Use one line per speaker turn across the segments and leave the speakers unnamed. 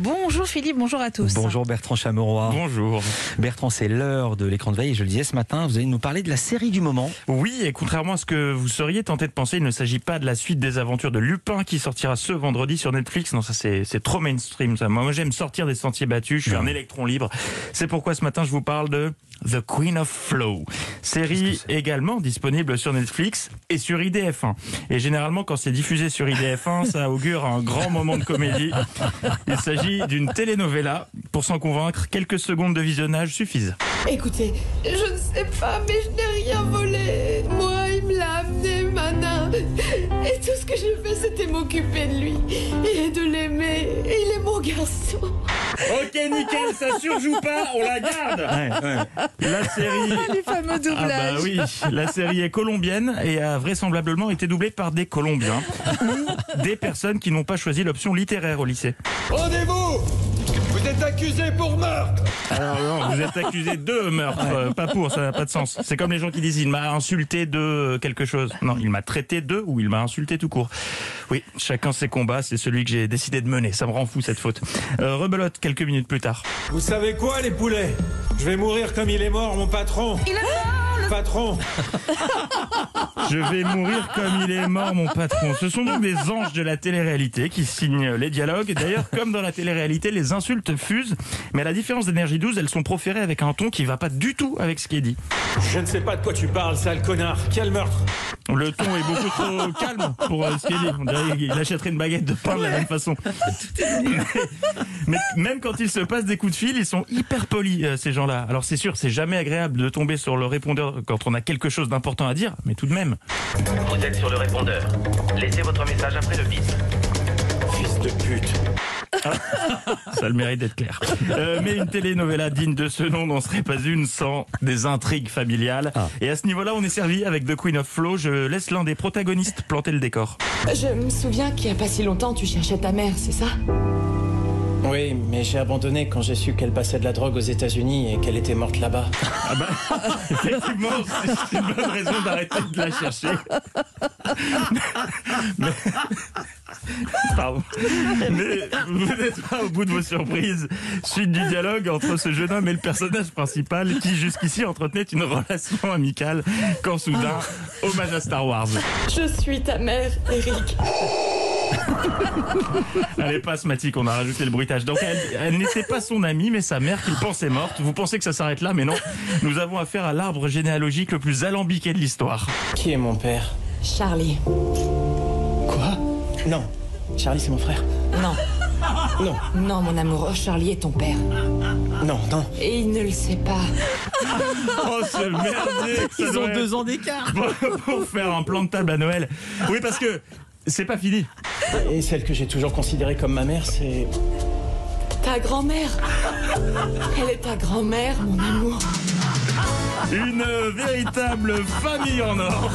Bonjour Philippe, bonjour à tous.
Bonjour Bertrand Chameroy.
Bonjour.
Bertrand, c'est l'heure de l'écran de veille. Et je le disais ce matin, vous allez nous parler de la série du moment.
Oui, et contrairement à ce que vous seriez tenté de penser, il ne s'agit pas de la suite des aventures de Lupin qui sortira ce vendredi sur Netflix. Non, ça c'est c'est trop mainstream ça. Moi moi, j'aime sortir des sentiers battus, je suis un électron libre. C'est pourquoi ce matin je vous parle de The Queen of Flow, série également disponible sur Netflix et sur IDF1. Et généralement quand c'est diffusé sur IDF1, ça augure un grand moment de comédie. Il s'agit d'une telenovela. Pour s'en convaincre, quelques secondes de visionnage suffisent.
Écoutez, je ne sais pas, mais je n'ai rien volé. Moi, il me l'a amené, Manin. Et tout ce que j'ai fait, c'était m'occuper de lui et de l'aimer. Et Il est mon garçon.
Ok, nickel, ça surjoue pas, on la garde. La série.
Les fameux
Ah bah
doublages.
oui, la série est colombienne et a vraisemblablement été doublée par des Colombiens ou des personnes qui n'ont pas choisi l'option littéraire au lycée.
Rendez-vous Vous êtes accusé pour meurtre
Alors non, vous êtes accusé de meurtre, euh, pas pour, ça n'a pas de sens. C'est comme les gens qui disent il m'a insulté de quelque chose. Non, il m'a traité de ou il m'a insulté tout court. Oui, chacun ses combats, c'est celui que j'ai décidé de mener. Ça me rend fou cette faute. Euh, rebelote quelques minutes plus tard.
Vous savez quoi, les poulets Je vais mourir comme il est mort, mon patron Il est mort, le... Patron
Je vais mourir comme il est mort, mon patron. Ce sont donc des anges de la télé-réalité qui signent les dialogues. D'ailleurs, comme dans la télé-réalité, les insultes fusent. Mais à la différence d'énergie 12, elles sont proférées avec un ton qui va pas du tout avec ce qui est dit.
Je ne sais pas de quoi tu parles, sale connard. Quel meurtre
Le ton est beaucoup trop calme pour euh, ce qu'il dit. On dirait qu'il achèterait une baguette de pain de la même façon. Mais même quand il se passe des coups de fil, ils sont hyper polis, euh, ces gens-là. Alors c'est sûr, c'est jamais agréable de tomber sur le répondeur quand on a quelque chose d'important à dire, mais tout de même.
Vous êtes sur le répondeur. Laissez votre message après le bip.
Fils de pute
Ça a le mérite d'être clair. Euh, mais une telenovela digne de ce nom n'en serait pas une sans des intrigues familiales. Et à ce niveau-là, on est servi avec The Queen of Flow. Je laisse l'un des protagonistes planter le décor.
Je me souviens qu'il n'y a pas si longtemps, tu cherchais ta mère, c'est ça
Oui, mais j'ai abandonné quand j'ai su qu'elle passait de la drogue aux États-Unis et qu'elle était morte là-bas.
Effectivement, c'est une bonne raison d'arrêter de la chercher. Mais- Pardon. Mais vous n'êtes pas au bout de vos surprises. Suite du dialogue entre ce jeune homme et le personnage principal qui jusqu'ici entretenait une relation amicale quand soudain, hommage à Star Wars.
Je suis ta mère, Eric.
Elle est pasmatique, on a rajouté le bruitage. Donc elle, elle n'était pas son amie, mais sa mère qu'il pensait morte. Vous pensez que ça s'arrête là, mais non. Nous avons affaire à l'arbre généalogique le plus alambiqué de l'histoire.
Qui est mon père
Charlie.
Quoi Non. Charlie, c'est mon frère.
Non.
Non.
Non, mon amour, Charlie est ton père.
Non, non.
Et il ne le sait pas.
Oh, ce merdier que ça doit être
ans d'écart.
pour, pour faire un plan de table à Noël. Oui, parce que c'est pas fini.
Et celle que j'ai toujours considérée comme ma mère, c'est...
Ta grand-mère. Elle est ta grand-mère, mon amour.
Une euh, véritable famille en or.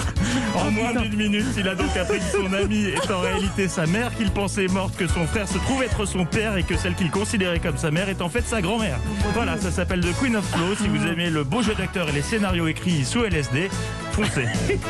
En moins d'une minute, il a donc appris que son ami est en réalité sa mère, qu'il pensait morte, que son frère se trouve être son père et que celle qu'il considérait comme sa mère est en fait sa grand-mère. Voilà, ça s'appelle The Queen of Flow. Si vous aimez le beau jeu d'acteur et les scénarios écrits sous LSD, foncez.